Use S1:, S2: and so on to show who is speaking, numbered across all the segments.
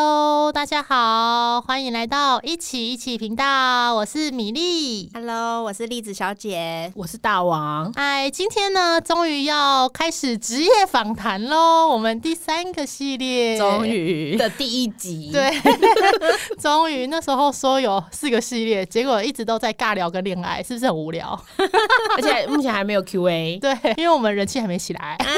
S1: Hello，大家好，欢迎来到一起一起频道，我是米粒。
S2: Hello，我是栗子小姐。
S3: 我是大王，
S1: 哎，今天呢，终于要开始职业访谈喽，我们第三个系列，
S3: 终于
S2: 的第一集，
S1: 对， 终于那时候说有四个系列，结果一直都在尬聊跟恋爱，是不是很无 聊？
S3: 而且目前还没有 Q&A，
S1: 对，因为我们人气还没起来。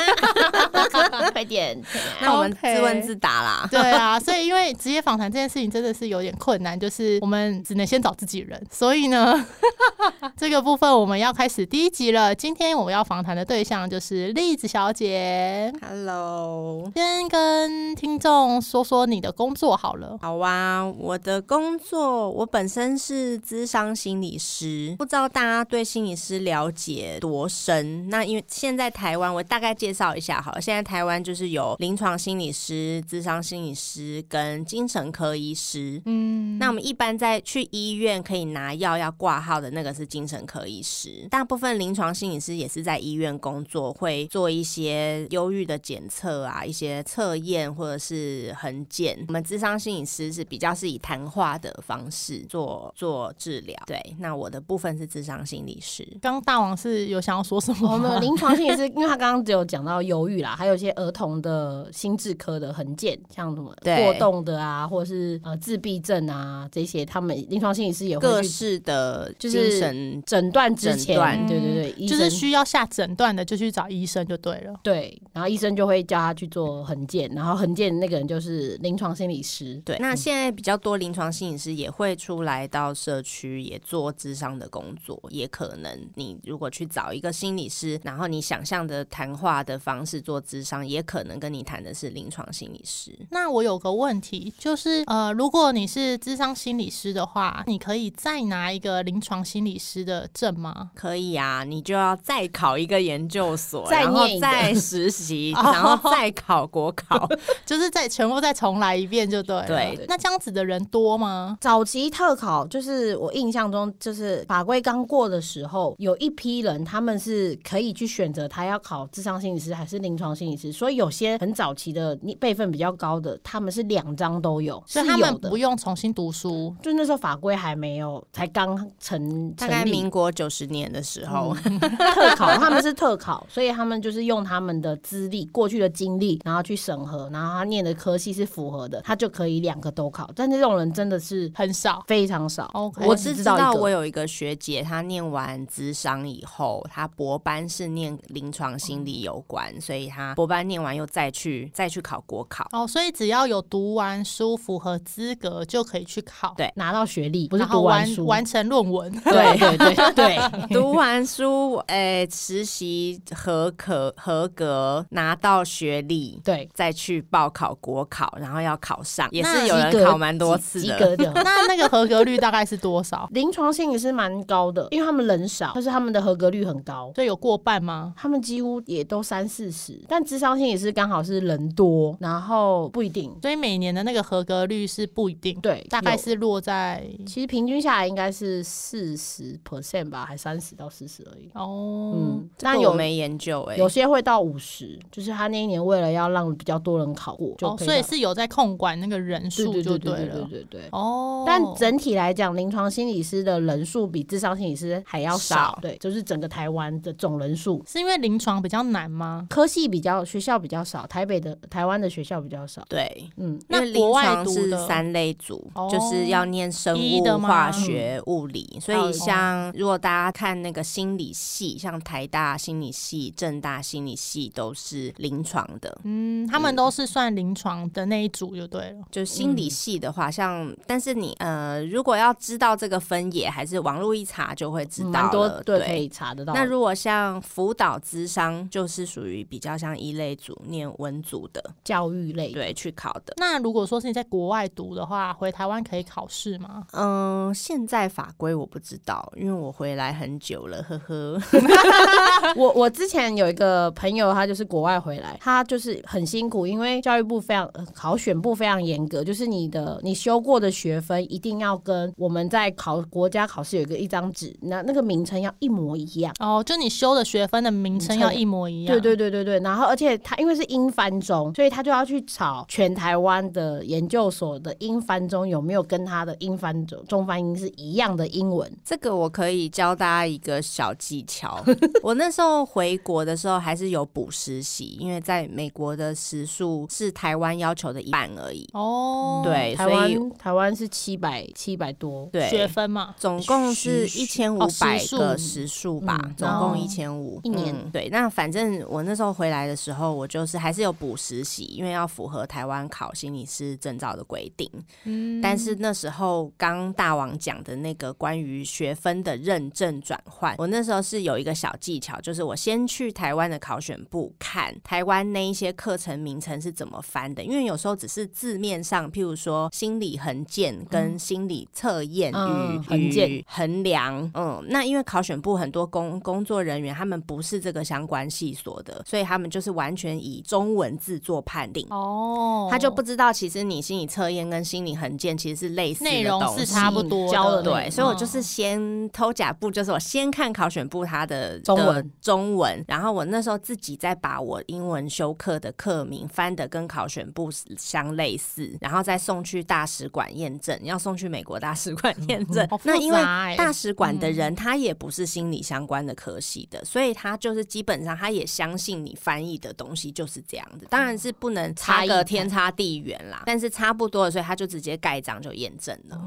S2: 快 点，那我们
S1: OK
S2: 自问自答啦。
S1: 对啊，所以因为职业访谈这件事情真的是有点困难，就是我们只能先找自己人。所以呢， 这个部分我们要开始第一集了。今天我们要访谈的对象就是栗子小姐。
S2: Hello，
S1: 先跟听众说说你的工作好了。
S2: 好啊，我的工作，我本身是资商心理师，不知道大家对心理师了解多深？那因为现在台湾，我大概介绍一下好了。现在台湾就是有临床心理师、资商心理师跟精神科医师。
S1: 嗯，
S2: 那我们一般在去医院可以拿药要挂号的那个是精神科医师，大部分临床心理师也是在医院工作，会做一些忧郁的检测啊，一些测验或者是横检。我们智商心理师是比较是以谈话的方式做做治疗。对，那我的部分是智商心理师。
S1: 刚刚大王是有想要说什
S3: 我
S1: 么
S3: 们
S1: 吗？
S3: 哦临床性也是，因为他刚刚只有讲到忧郁啦，还有一些儿童的心智科的横件，像什么
S2: 对
S3: 过动的啊，或者是呃自闭症啊这些，他们临床心理师也
S2: 各
S3: 会去
S2: 式的
S3: 就
S2: 精
S3: 是
S2: 神
S3: 诊断之
S2: 诊
S3: 前
S2: 断，嗯
S3: 对对对，医
S1: 就
S3: 生
S1: 是需要下诊断的，就去找医生就对了。
S3: 对，然后医生就会叫他去做横件，然后横件那个人就是临床心理师，
S2: 对，那现在比较多临床心理师也会出来到社区也做智商的工作，也可能你如果去找一个心理师，然后你想象的谈话的方式做智商，也可能跟你谈的是临床心理师。
S1: 那我有个问题，就是呃，如果你是智商心理师的话，你可以再拿一个临床心理师的证吗？
S2: 可以啊，你就要再考一个研究所，
S3: 再
S2: 然后
S3: 念一个
S2: 再实 习，然后再考国考。
S1: 就是再全部再重来一遍就对了。
S2: 对
S1: 那这样子的人多吗？
S3: 早期特考就是我印象中，就是法规刚过的时候，有一批人他们是可以去选择他要考智商心理师还是临床心理师，所以有些很早期的你辈分比较高的，他们是两张都有，是
S1: 所以他
S3: 有
S1: 们
S3: 的
S1: 不。用重新读书。
S3: 就那时候法规还没有，才刚成
S2: 大概
S3: 成
S1: 嗯
S2: 民
S3: 立
S2: 国九十年的时候，
S3: 特考，他们是特考，所以他们就是用他们的资历、过去的经历，然后去审核，然后他念的科系是符合的，他就可以两个都考。但这种人真的是
S1: 很少
S3: 非常少，
S1: ，OK，
S2: 我
S3: 我
S2: 是知
S3: 只知道一
S2: 道
S3: 个
S2: 我有一个学姐，她念完资商以后，她博班是念临床心理有关，所以她博班念完又再去再去考国考。
S1: 哦，所以只要有读完书符合资格就可以去考，
S2: 对
S3: 拿到学历，不是
S1: 然后
S3: 读完
S1: 完
S3: 书，
S1: 完成论 文。
S3: 对对对对，
S2: 读完书，哎、实习合格合格，拿到学历，
S3: 对，
S2: 再去报考国考，然后要考上，也
S1: 那
S2: 是 有人
S3: 及格
S2: 考蛮多次
S3: 及
S2: 的。
S3: 格的。
S1: 那那个合格率大概是多少？
S3: 临床性也是蛮高的，因为他们人少，但是他们的合格率很高，
S1: 所以有过半吗？
S3: 他们几乎也都三四十。但智商性也是刚好是人多，然后不一定，
S1: 所以每年的那个合格率是不一定，
S3: 对，
S1: 大概
S3: 有。
S1: 是落在
S3: 其实平均下来应该是四十 percent 吧，还三十到四十而已。
S1: 哦，
S3: 嗯，
S2: 那
S3: 但
S2: 有
S3: 有
S2: 没研究、哎
S3: 有，些会到五十，就是他那一年为了要让比较多人考过，就
S1: 哦，
S3: 可
S1: 所以
S3: 到
S1: 是有在控管那个人数
S3: 对
S1: 就
S3: 对对对
S1: 了
S3: 对。对对。
S1: 哦，
S3: 但整体来讲，临床心理师的人数比智商心理师还要少，
S2: 少
S3: 对，就是整个台湾的总人数。
S1: 是因为临床比较难吗？
S3: 科系比较学校比较少，台北的台湾的学校比较少，
S2: 对，
S3: 嗯，
S2: 因
S1: 那
S2: 为
S1: 国
S2: 临
S1: 外
S2: 床
S1: 读
S2: 是
S1: 的
S2: 三类组，
S1: 哦
S2: 就是要念生
S1: 一的
S2: 物、
S1: 吗嗯
S2: 化学、物理，所
S3: 哦
S2: 以像如果大家看那个心理系，像台大心理系、正大心理系都是临床的。
S1: 嗯，他们都是算临床的那一组就对了。
S2: 就心
S1: 嗯
S2: 理系的话，像但是你呃，如果要知道这个分野，还是网络一查就会知
S3: 嗯
S2: 道
S3: 蛮
S2: 了。
S3: 多对可以查得到。
S2: 那如果像辅导咨商，就是属于比较像一类组念文组的，
S3: 教育类，
S2: 对，去考的。
S1: 那如果说是你在国外读的话，回台湾可以考试吗？
S2: 嗯、现在法规我不知道，因为我回来很久了，呵呵。
S3: 我我之前有一个朋友，他就是国外回来，他就是很辛苦，因为教育部非常呃考选部非常严格，就是你的你修过的学分一定要跟我们在考国家考试有一个一张纸，那那个名称要一模一样。
S1: 哦，就你修的学分的名称要一模一样。
S3: 对对对对对，然后而且他因为是英翻中，所以他就要去找全台湾的研研究所的英翻中有没有跟他的英翻中中翻英是一样的英文？
S2: 这个我可以教大家一个小技巧。我那时候回国的时候还是有补实习，因为在美国的时数是台湾要求的一半而已。
S1: 哦，
S2: 对，
S3: 嗯台
S2: 所以
S3: 湾台湾是七百七百多，
S1: 学
S2: 嗯对，
S1: 分嘛，
S2: 总共是
S3: 时
S2: 一千五
S1: 哦
S2: 百
S1: 时数
S2: 个时数吧，
S3: 嗯
S2: 总
S1: 哦
S2: 共一千五嗯
S3: 一年
S2: 对，那反正我那时候回来的时候，我就是还是有补实习，因为要符合台湾考心理师证照的规定。
S1: 嗯
S2: 但是那时候刚大王讲的那个关于学分的认证转换，我那时候是有一个小技巧，就是我先去台湾的考选部看台湾那一些课程名称是怎么翻的，因为有时候只是字面上，譬如说心理衡鉴跟心理测验
S3: 嗯
S2: 与
S3: 衡鉴
S2: 与衡量，嗯，那因为考选部很多工工作人员他们不是这个相关系所的，所以他们就是完全以中文字做判定。
S1: 哦，
S2: 他就不知道，其实你心理测验跟心理衡鉴其实是类似的
S1: 内容
S2: 东
S1: 是
S2: 西
S1: 差不多的，
S3: 教的内容
S1: 嗯
S2: 对，所以我就是先偷假步，就是我先看考选部它的
S3: 中文
S2: 的中文，然后我那时候自己再把我英文修课的课名翻的跟考选部相类似，然后再送去大使馆验证，要送去美国大使馆验证
S1: 嗯好。复
S2: 那因为
S1: 杂欸
S2: 大使馆的人他也不是心理相关的科系的，所以他就是基本上他也相信你翻译的东西就是这样子，当然是不能差
S3: 差
S2: 个
S3: 异
S2: 天差地远啦，但是差不多的，所以他就直接盖章就验证了。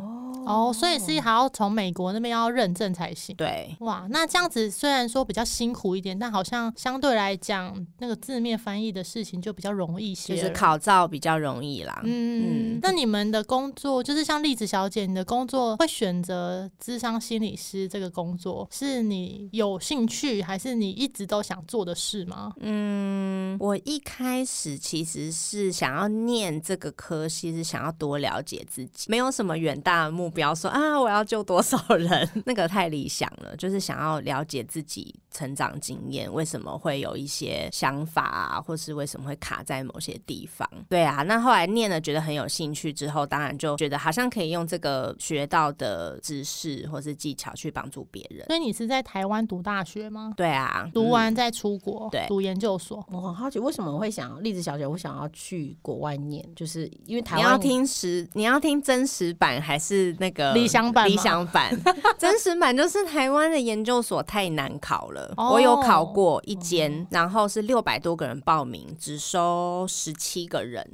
S1: 哦，所以是还要从美国那边要认证才行。
S2: 对，
S1: 哇，那这样子虽然说比较辛苦一点，但好像相对来讲，那个字面翻译的事情就比较容易一些
S2: 就
S1: 了。
S2: 是考照比较容易啦。
S1: 嗯
S2: 嗯，
S1: 那你们的工作就是像栗子小姐，你的工作会选择智商心理师这个工作，是你有兴趣，还是你一直都想做的事吗？
S2: 嗯，我一开始其实是想要念这个科系，是想要多了解自己，没有什么远大的目标，说啊我要救多少人， 那个太理想了。就是想要了解自己成长经验，为什么会有一些想法啊，或是为什么会卡在某些地方。对啊，那后来念了觉得很有兴趣之后，当然就觉得好像可以用这个学到的知识或是技巧去帮助别人。
S1: 所以你是在台湾读大学吗？
S2: 对啊，
S1: 读
S2: 嗯
S1: 完再出国、
S2: 对
S1: 读研究所？
S3: 我很好奇为什么会想栗子小姐，我想要去国外念，就是因为台
S2: 你
S3: 湾
S2: 要听实，你要听真实版还是那个
S1: 理想版吗
S2: 理想版， 真实版就是台湾的研究所太难考了。
S1: 哦
S2: 我有考过一间，然后是六百多个人报名，只收十七个人，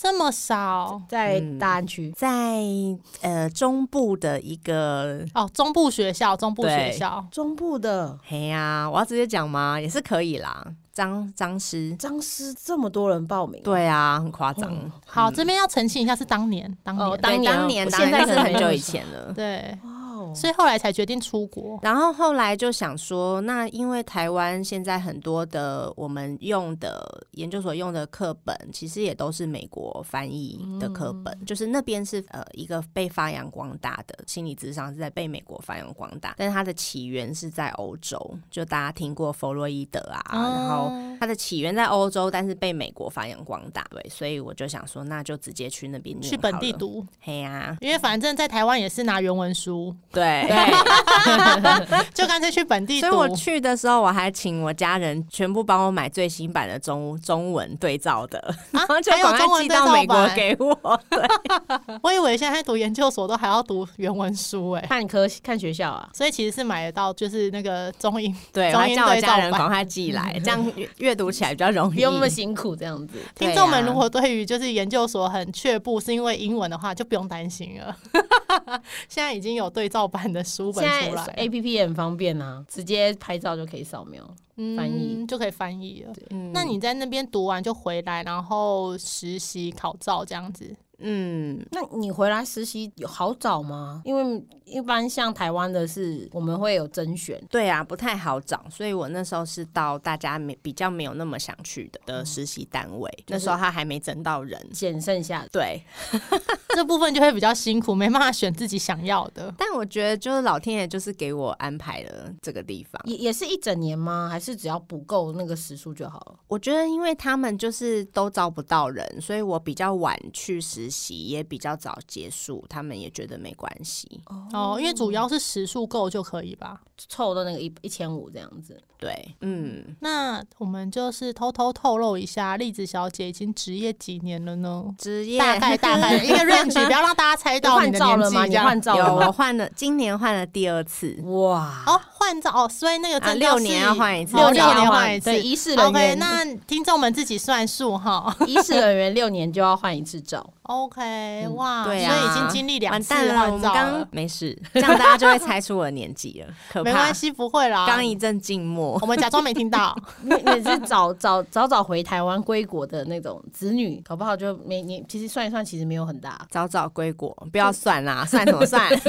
S1: 这么少？
S3: 在
S2: 嗯
S3: 大安区，
S2: 在呃中部的一个。
S1: 哦，中部学校，中部学
S2: 对
S1: 校，
S3: 中部的
S2: 嘿呀、我要直接讲吗？也是可以啦，张张师。
S3: 张师这么多人报名，，
S2: 对啊，很夸张。嗯
S1: 好，这边要澄清一下，是当年，当年，
S3: 哦
S2: 对
S3: 当
S2: 嗯当
S3: 年
S2: 年
S3: 啊
S2: 当
S3: 现在
S2: 年
S3: 可
S2: 是
S3: 能
S2: 很
S3: 没
S2: 久
S3: 有
S2: 以前了。
S1: 对，
S3: 哇哦，
S1: 所以后来才决定出国。
S2: 然后后来就想说，那因为台湾现在很多的我们用的研究所用的课本，其实也都是美国翻译的课本，
S1: 嗯
S2: 就是那边是呃一个被发扬光大的心理智商是在被美国发扬光大，但是它的起源是在欧洲，就大家听过弗洛伊德啊，然后
S1: 哦
S2: 它的起源在欧洲，但是被美国发扬光大，对，所以我就想说，那就直接去那边念
S1: 去本
S2: 好
S1: 地
S2: 了，
S1: 读，
S2: 嘿呀、
S1: 因为反正在台湾也是拿原文书，
S2: 对。
S1: 就干脆去本地
S2: 所
S1: 读。
S2: 以我去的时候，我还请我家人全部帮我买最新版的中中文对照的，然 后就
S1: 还有
S2: 赶
S1: 中
S2: 快
S1: 文
S2: 寄
S1: 对照
S2: 到美国
S1: 版
S2: 给 我。
S1: 我以为现在读研究所都还要读原文书哎、
S3: 看科看学校啊，
S1: 所以其实是买得到，就是那个中英。
S2: 对，我
S1: 中
S2: 还
S1: 英
S2: 叫我
S1: 对
S2: 家
S1: 照
S2: 人
S1: 版
S2: 赶快寄来，这样阅阅读起来比较容
S3: 不
S2: 易。
S3: 用那么辛苦这样子。
S2: 对
S1: 听众们
S2: 啊
S1: 如果对于就是研究所很却步，是因为英文的话，就不用担心了。 现在已经有对照版的书
S3: 现
S1: 本
S3: 在哎
S1: 出来了
S3: A P P 也很方便啊，直接拍照就可以扫描。翻译
S1: 嗯、就可以翻译了。
S2: 嗯
S1: 那你在那边读完就回来，然后实习考照这样子。
S2: 嗯，
S3: 那你回来实习有好找吗？因为一般像台湾的是我们会有甄选，
S2: 对啊，不太好找，所以我那时候是到大家没比较没有那么想去的的实习单位，那时候他还没征到人。
S3: 捡剩下的。
S2: 对，
S1: 这部分就会比较辛苦，没办法选自己想要的。
S2: 但我觉得就是老天爷就是给我安排了这个地方。
S3: 也也是一整年吗？还是只要补够那个时数就好了？
S2: 我觉得，因为他们就是都招不到人，所以我比较晚去实实习也比较早结束，他们也觉得没关系。
S1: 哦，因为主要是时数够就可以吧。
S3: 凑到那个一一千五这样子。
S2: 对，嗯，
S1: 那我们就是偷偷透露一下，栗子小姐已经职业几年了呢？
S2: 职业
S1: 大概大 概一个 range，不要让大家猜
S3: 你
S1: 到
S3: 换
S1: 你的
S3: 照
S1: 年
S3: 了
S1: 纪
S3: 吗？
S1: 这
S3: 你
S1: 样
S3: 换。照
S2: 有
S3: 了
S2: 我
S3: 吗？
S2: 换了，今年换了第二次。
S3: 哇！
S1: 哦，换照哦，所以那个
S2: 啊
S1: 证
S2: 六
S1: 照是
S2: 年要换一次
S1: 六
S2: 六
S1: 六
S2: 年
S1: 年
S2: 要
S1: 换一次
S3: 对，。医事人
S1: OK，
S3: 员，
S1: 那听众们自己算数哈。
S3: 医事人员六年就要换一次照。
S1: OK，哇，
S2: 对
S1: 所
S2: 啊，
S1: 以已经经历两
S2: 完
S1: 次
S2: 蛋了，我
S1: 换
S2: 们
S1: 照
S2: 刚没事，这样大家就会猜出我的年纪了，可怕。
S1: 没关，系，不会啦。
S2: 刚一阵静默。
S1: 我们假装没 听到。
S3: 你你是 早早早早回台湾归国的那种子女，搞不好就没你。其实算一算，其实没有很大。
S2: 早早归国，不要算啦，算什么算？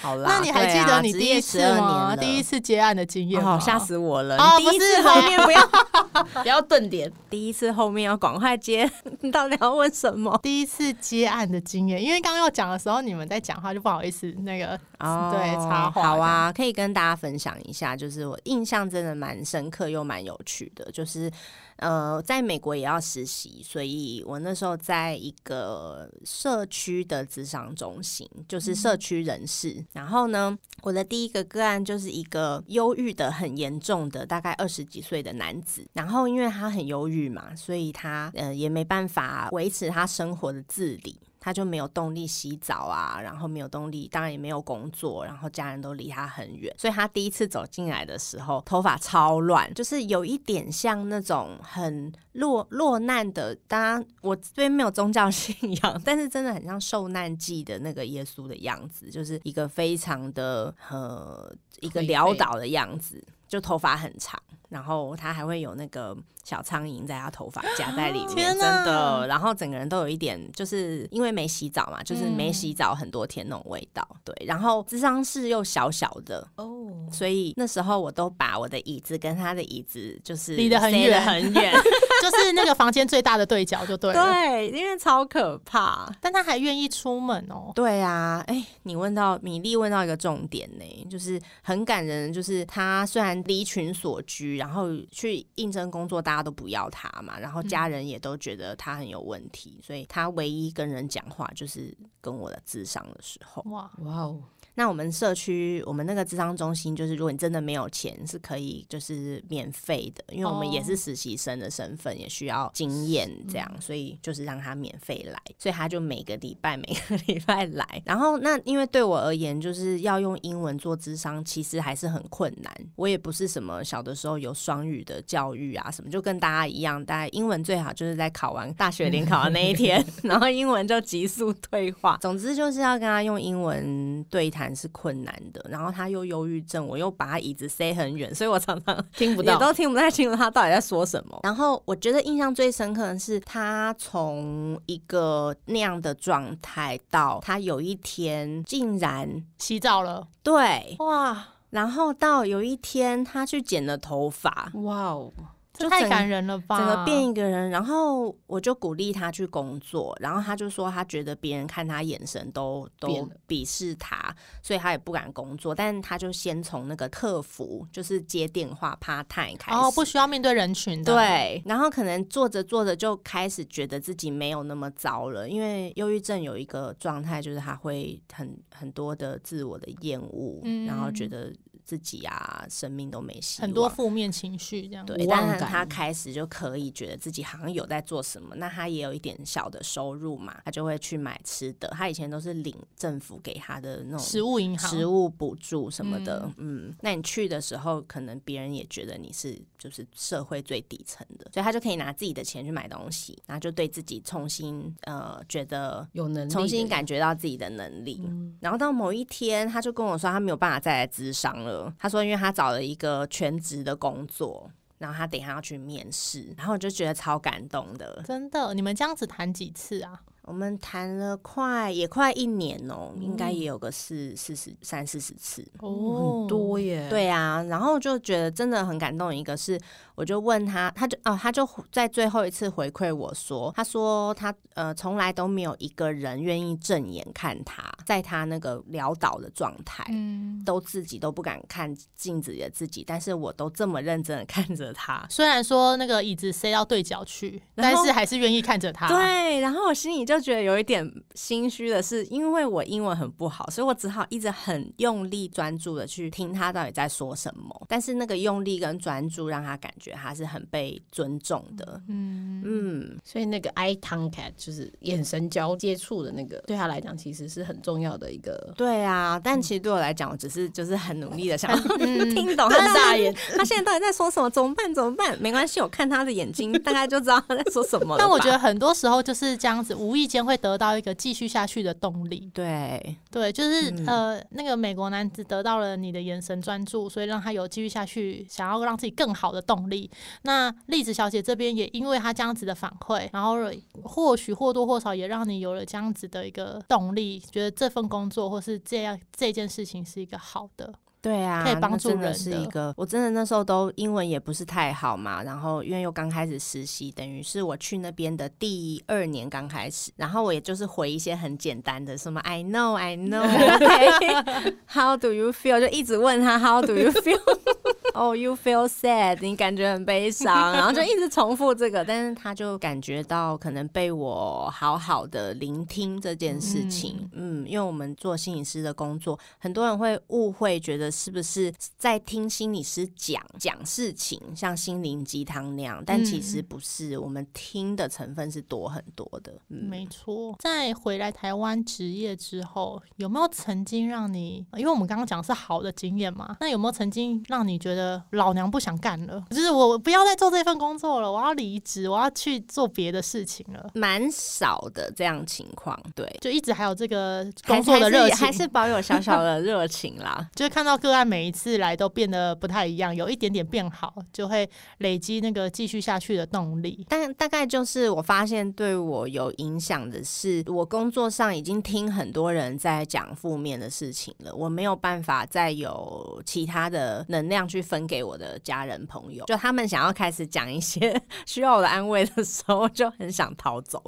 S2: 好啦，啊
S1: 那你还记得你第一次吗？第一
S2: 次
S1: 次接案的经验
S2: 哦
S1: 吗，
S2: 吓！死我了！
S1: 哦
S2: 你第一次
S1: 不是啊
S2: 后面不要，
S3: 不要顿点，
S2: 第一次后面要赶快接， 你到底要问什么？
S1: 第一次接案的经验，因为刚刚要讲的时候，你们在讲话就不好意思，那个
S2: 哦
S1: 对插话
S2: 好啊，可以跟大家分享一下，就是我印象真的蛮深刻又蛮有趣的，就是呃，在美国也要实习，所以我那时候在一个社区的咨商中心，就是社区人士。然后呢，我的第一个个案就是一个忧郁的很严重的，大概二十几岁的男子。然后因为他很忧郁嘛，所以他呃也没办法维持他生活的自理。他就没有动力洗澡啊，然后没有动力，当然也没有工作，然后家人都离他很远，所以他第一次走进来的时候，头发超乱，就是有一点像那种很落落难的。当然，我这边没有宗教 信仰，但是真的很像受难记的那个耶稣的样子，就是一个非常的呃一个
S3: 颓废
S2: 潦倒的样子，就头发很长。然后他还会有那个小苍蝇在他头发夹在里面，
S1: 天
S2: 真
S1: 哪
S2: 的，然后整个人都有一点，就是因为没洗澡嘛，就是没洗澡很多天那种味道。对，然后智商室又小小的，
S3: 哦，
S2: 所以那时候我都把我的椅子跟他的椅子就是
S1: 离得很
S2: 塞
S1: 远
S2: 很 远。
S1: 就是那个房间最大的对角就对了。
S2: 对，因为超可怕。
S1: 但他还愿意出门哦。
S2: 对啊，哎、你问到米粒问到一个重点呢、就是很感人，就是他虽然离群所居，然后去应征工作，大家都不要他嘛，然后家人也都觉得他很有问题，所以他唯一跟人讲话就是跟我的智商的时候。
S1: 哇，
S3: 哇哦，
S2: 那我们社区，我们那个智商中心，就是如果你真的没有钱，是可以就是免费的，因为我们
S1: 哦
S2: 也是实习生的身份，也需要经验这样，所以就是让他免费来，所以他就每个礼拜每个 礼拜来。然后那因为对我而言，就是要用英文做智商，其实还是很困难。我也不是什么小的时候有双语的教育啊什么，就跟大家一样，大家英文最好就是在考完大学联考的那一天， 然后英文就急速退化。总之就是要跟他用英文对谈是困难的，然后他又忧郁症，我又把他椅子塞很远，所以我常常
S3: 听不
S2: 也
S3: 到，
S2: 都听不太清楚他到底在说什么。然后我觉得印象最深刻的是，他从一个那样的状态到他有一天竟然
S1: 洗澡了，
S2: 对，
S1: 哇，
S2: 然后到有一天他去剪了头发，
S3: 哇哦，
S1: 这
S2: 就
S1: 太
S2: 整
S1: 感人了吧！
S2: 整个变一个人，然后我就鼓励他去工作，然后他就说他觉得别人看他眼神都
S3: 变
S2: 都
S3: 了
S2: 鄙视他，所以他也不敢工作，但他就先从那个客服，就是接电话 part time 开始，
S1: 哦，不需要面对人群的，，
S2: 对，然后可能做着做着就开始觉得自己没有那么糟了，因为忧郁症有一个状态就是他会很很多的自我的厌恶，
S1: 嗯
S2: 然后觉得自己啊生命都没希望，
S1: 很多负面情绪这样。
S2: 对，
S3: 无望
S2: 但是
S3: 感
S2: 他开始就可以觉得自己好像有在做什么，那他也有一点小的收入嘛，他就会去买吃的。他以前都是领政府给他的那种
S1: 食物银行，
S2: 食物补助什么的，嗯那你去的时候，可能别人也觉得你是就是社会最底层的，所以他就可以拿自己的钱去买东西，然后就对自己重新呃觉得
S3: 有能力，
S2: 重新，感觉到自己的能力。然后到某一天，他就跟我说他没有办法再来咨商了，他说因为他找了一个全职的工作。然后他等一下要去面试，然后我就觉得超感动的。
S1: 真的，你们这样子谈几次啊？
S2: 我们谈了快也快一年哦，应该也有个四四十三四十次。
S1: 哦
S3: 多耶，，
S2: 对啊，然后就觉得真的很感动。一个是我就问他，他就哦，他就在最后一次回馈我说，他说他呃从来都没有一个人愿意正眼看他，在他那个潦倒的状态。
S1: 嗯，
S2: 都自己都不敢看镜子里的自己，但是我都这么认真的看着他，
S1: 虽然说那个椅子塞到对角去，
S2: 然
S1: 但
S2: 后
S1: 是还是愿意看着他。，
S2: 对，然后我心里就觉得有一点心虚的是，因为我英文很不好，所以我只好一直很用力专注的去听他到底在说什么。但是那个用力跟专注让他感觉他是很被尊重的。
S1: 嗯，
S2: 嗯，
S3: 所以那个 eye contact 就是眼神交接触的那个，对他来讲其实是很重要的一个。
S2: 对啊，但其实对我来讲，我只是就是很努力 的想要
S1: 嗯
S2: 听懂
S3: 瞪
S2: 他
S3: 大
S2: 到底
S3: 眼
S2: 他现在到底在说什么，怎么办？怎么办？没关系，我看他的眼睛，大概就知道他在说什么 了吧。
S1: 但我觉得很多时候就是这样子，无意间会得到一个继续下去的动力。
S2: 对，
S1: 对，就是、
S2: 嗯
S1: 呃，那个美国男子得到了你的眼神专注，所以让他有继续下去，想要让自己更好的动力。那栗子小姐这边也因为她这样子的反馈，然后或许或多或少也让你有了这样子的一个动力，觉得这份工作或是这样这件事情是一个好的。
S2: 对啊，
S1: 可以帮
S2: 那
S1: 助
S2: 真的
S1: 人
S2: 是
S1: 的
S2: 一个。我真的那时候都英文也不是太好嘛，然后因为又刚开始实习，等于是我去那边的第二年刚开始，然后我也就是回一些很简单的，什么 I know I know，How、do you feel？就一直问他 How do you feel？哦、y o u feel sad，你感觉很悲伤，然后就一直重复这个，但是他就感觉到可能被我好好的聆听这件事情，嗯因为我们做心理师的工作，很多人会误会，觉得是不是在听心理师讲讲事情，像心灵鸡汤那样，但其
S1: 嗯
S2: 实不是，我们听的成分是多很多的，嗯，
S1: 没错，在回来台湾职业之后，有没有曾经让你，因为我们刚刚讲的是好的经验嘛，那有没有曾经让你觉得老娘不想干了，就是我我不要再做这份工作了，我要离职，我要去做别的事情了，
S2: 蛮少的这样情况，对。
S1: 就一直还有这个
S2: 还
S1: 工作的热情，
S2: 还是还是保有小小的热情啦。
S1: 就是看到个案每一次来都变得不太一样，有一点点变好，就会累积那个继续下去的动力。
S2: 但大概就是我发现对我有影响的是，我工作上已经听很多人在讲负面的事情了，我没有办法再有其他的能量去分给我的家人朋友，就他们想要开始讲一些 需要我的安慰的时候，我就很想逃走。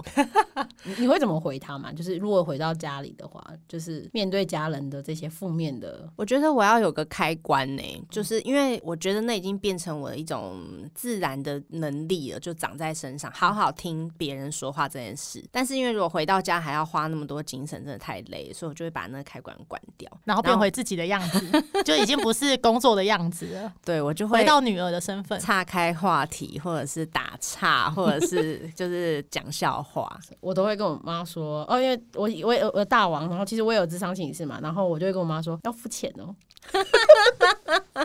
S3: 你你会怎么回他嘛？就是如果回到家里的话，就是面对家人的这些负面的，
S2: 我觉得我要有个开关呢、就是因为我觉得那已经变成我的一种自然的能力了，就长在身上，好好听别人说话这件事。但是因为如果回到家还要花那么多精神，真的太累了，所以我就会把那个开关关掉。
S1: 然后变
S2: 然后
S1: 回自己的样子，就已经不是工作的样子了，
S2: 对我就 会
S1: 回到女儿的身份。
S2: 岔开话题，或者是打岔，或者是就是讲笑 话。
S3: 我都会跟我妈说哦，因为我我有我大王，然后其实我也有智商心理师嘛，然后我就会跟我妈说要付钱哦，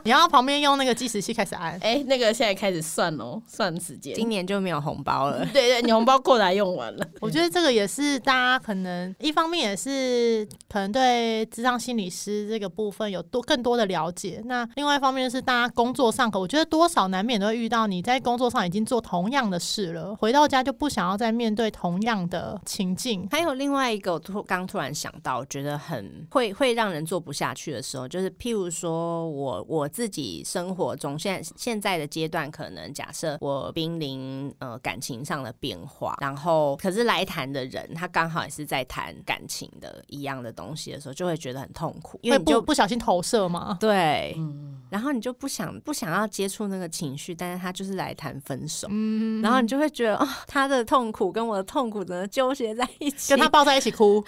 S1: 你要旁边用那个计时器开始按。
S3: 哎，那个现在开始算哦，算时间，
S2: 今年就没有红包了。
S3: 对对，你红包过来用完了，
S1: 我觉得这个也是大家可能一方面也是嗯可能对职场心理师这个部分有多更多的了解，那另外一方面是大家工作上，可我觉得多少难免都会遇到你在工作上已经做同样的事了，回到家就不想要再面对同样的情境。
S2: 还有另外一个，我突刚突然想到，我觉得很会会让人做不下去的时候，就是譬如说我我自己生活中现在现在的阶段，可能假设我濒临呃感情上的变化，然后可是来谈的人他刚好也是在谈感情的一样的东西的时候，就会觉得很痛苦，因为
S1: 会
S2: 你就
S1: 不不小心投射 吗？
S2: 对，
S3: 嗯，
S2: 然后你就不想不想要接触那个情绪，但是他就是来谈分手。
S1: 嗯，
S2: 然后你就会觉得，哦，他的痛苦跟我的痛苦真的纠结在一起，
S1: 跟他抱在一起哭，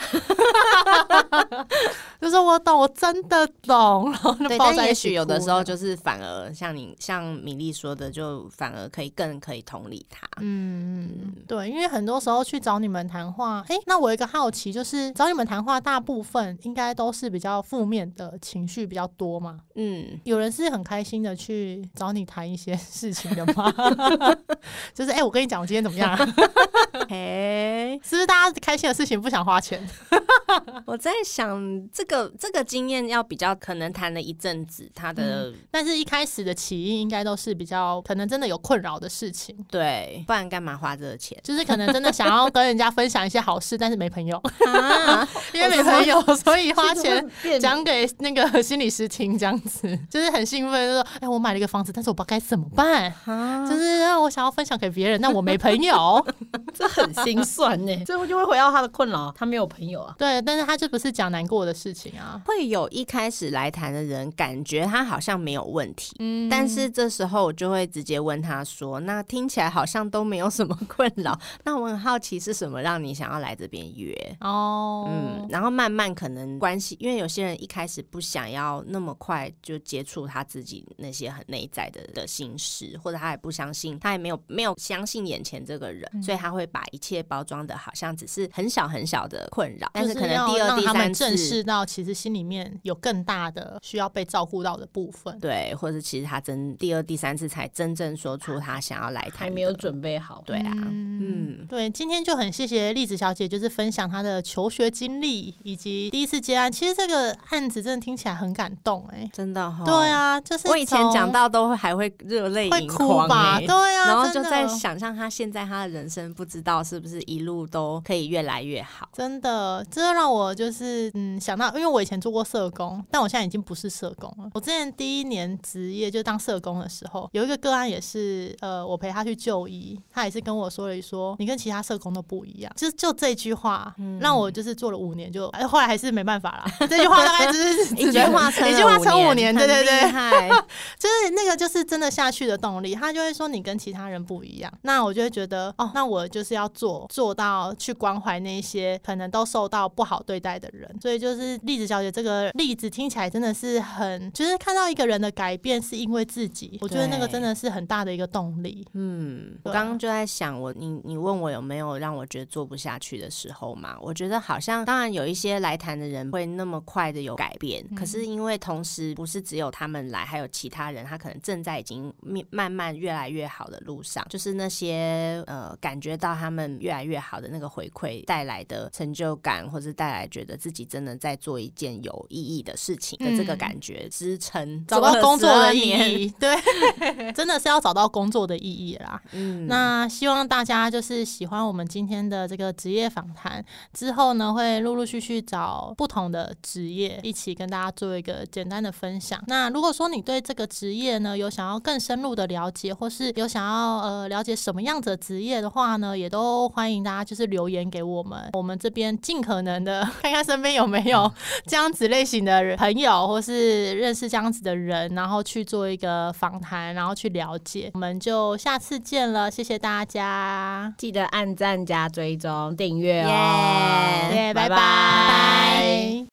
S1: 就说我懂，我真的懂，然后就
S2: 对，
S1: 抱
S2: 但
S1: 在一
S2: 也
S1: 起
S2: 许有的
S1: 哭
S2: 时候，就是反而像你像米粒说的，就反而可以更可以同理他。
S1: 嗯，对，因为很多时候去找你们谈话，诶，那我有一个好奇，就是找你们谈话，大部分应该都是比较负面的情绪比较多嘛？
S2: 嗯，
S1: 有人是很开心的去找你谈一些 事情的吗？就是诶，我啊 跟你讲，我今天怎么样？
S2: 嘿，
S1: 是不是大家开心的事情不想花钱？
S2: 我在想，这个这个经验要比较可能谈了一阵子，他的、
S1: 但是一开始的起因应该都是比较可能真的有困扰的事情，
S2: 对，不然干嘛花这个钱？
S1: 就是可能真的想要跟人家分享一些好事，但是没朋友，
S2: 啊，
S1: 因为没朋友，所以花
S3: 这
S1: 钱
S3: 个会变
S1: 讲给那个 心理师听，这样子就是很兴奋，就说：“哎、我买了一个房子，但是我不知道该怎么办。就是让我想要分享给别人，但我没朋 友。
S3: 这很心酸 呢、最后就会回到他的困扰，他没有朋友啊。
S1: 对，但是他就不是讲难过的事情啊。
S2: 会有一开始来谈的人，感觉他好像没有问题。
S1: 嗯，
S2: 但是这时候我就会直接问他说：“那听起来好像都没有什么困扰，那我很好奇是什么让你想要来这边约？”
S1: 哦，
S2: 嗯，然后慢慢可能关系，因为有些人一开始不想要那么快就接触他自己那些很内在的的心事，或者他也不相信，他也没有没有相信眼前这个
S1: 嗯
S2: 人，所以他会把一切包装的好像只是很小很小的困扰，但
S1: 就是
S2: 可能第
S1: 要
S2: 二、
S1: 让
S2: 第
S1: 他们
S2: 三
S1: 正
S2: 次。
S1: 视到，其实心里面有更大的需要被照顾到的部分。
S2: 对，或者其实他真第二、第三次才真正说出他想要来谈的，
S3: 还没有准备好，
S2: 对啊，
S1: 嗯
S2: 嗯，
S1: 对，今天就很谢谢栗子小姐，就是分享她的求学经历以及第一次接案。其实这个案子真的听起来很感动哎、
S2: 真的哈、
S1: 对，啊，就是
S2: 哦我以前
S1: 从
S2: 讲到都会还会热泪
S1: 会
S2: 盈
S1: 哭
S2: 眶、
S1: 吧？
S2: 欸，
S1: 对啊，
S2: 然后就
S1: 真的
S2: 在想象他现在他的人生，不知道是不是一路都可以越来越 好。
S1: 真的，这让我就是嗯想到，因为我以前做过社工，但我现在已经不是社工了。我之前第一年职业就当社工的时候，有一个个案也是，呃，我陪他去就医，他也是跟我说了一说，你跟其他社工都不一样，就是就这句话，
S2: 嗯
S1: 让我就是做了五年就，哎，后来还是没办法啦。这句话大概就是
S2: 一句话撑了
S1: 一句话撑五年，对对对
S2: 很厉，害，
S1: 就是那个就是真的下去的动力，他就会说你跟其他人不一样，那我就会觉得哦，那我就是要做做到去关怀那些可能都受到不好对待的人，所以就是栗子小姐这个例子听起来真的是很，就是看到一个人的改变是因为自己，我觉得那个
S2: 对
S1: 真的是很大的一个动力。
S2: 嗯，
S1: 对
S2: 我
S1: 啊
S2: 刚刚就在想，我你你问我有没有让我觉得做不下去的时候嘛？我觉得好像当然有一些来谈的人会那么快的有改变，可是
S1: 嗯
S2: 因为同时不是只有他们来，还有其他人，他可能正在已经面慢慢越来越好的路上，就是那些呃感觉到他们越来越好的那个回馈带来的成就感，或者带来觉得自己真的在做一件有意义的事情的这个
S1: 嗯
S2: 感觉支撑，
S1: 找到工作的
S2: 的
S1: 意， 义，对，真的是要找到工作的意义啦。
S2: 嗯，
S1: 那希望大家就是喜欢我们今天的这个职业访谈，之后呢会陆陆续续找不同的职业一起跟大家做一个简单的分享。那如果说你对这个职业呢有想要更深入的了解，或是有想要呃了解什么样子的职业的话呢，也都欢迎大家就是留言给我们，我们这边尽可能的 看看身边有没有这样子类型的人朋友，或是认识这样子的人，然后去做一个访谈，然后去了解。我们就下次见了，谢谢大家，
S3: 记得按赞加追踪订阅哦，
S2: 耶
S1: 嗯耶，拜
S3: 拜
S1: 拜。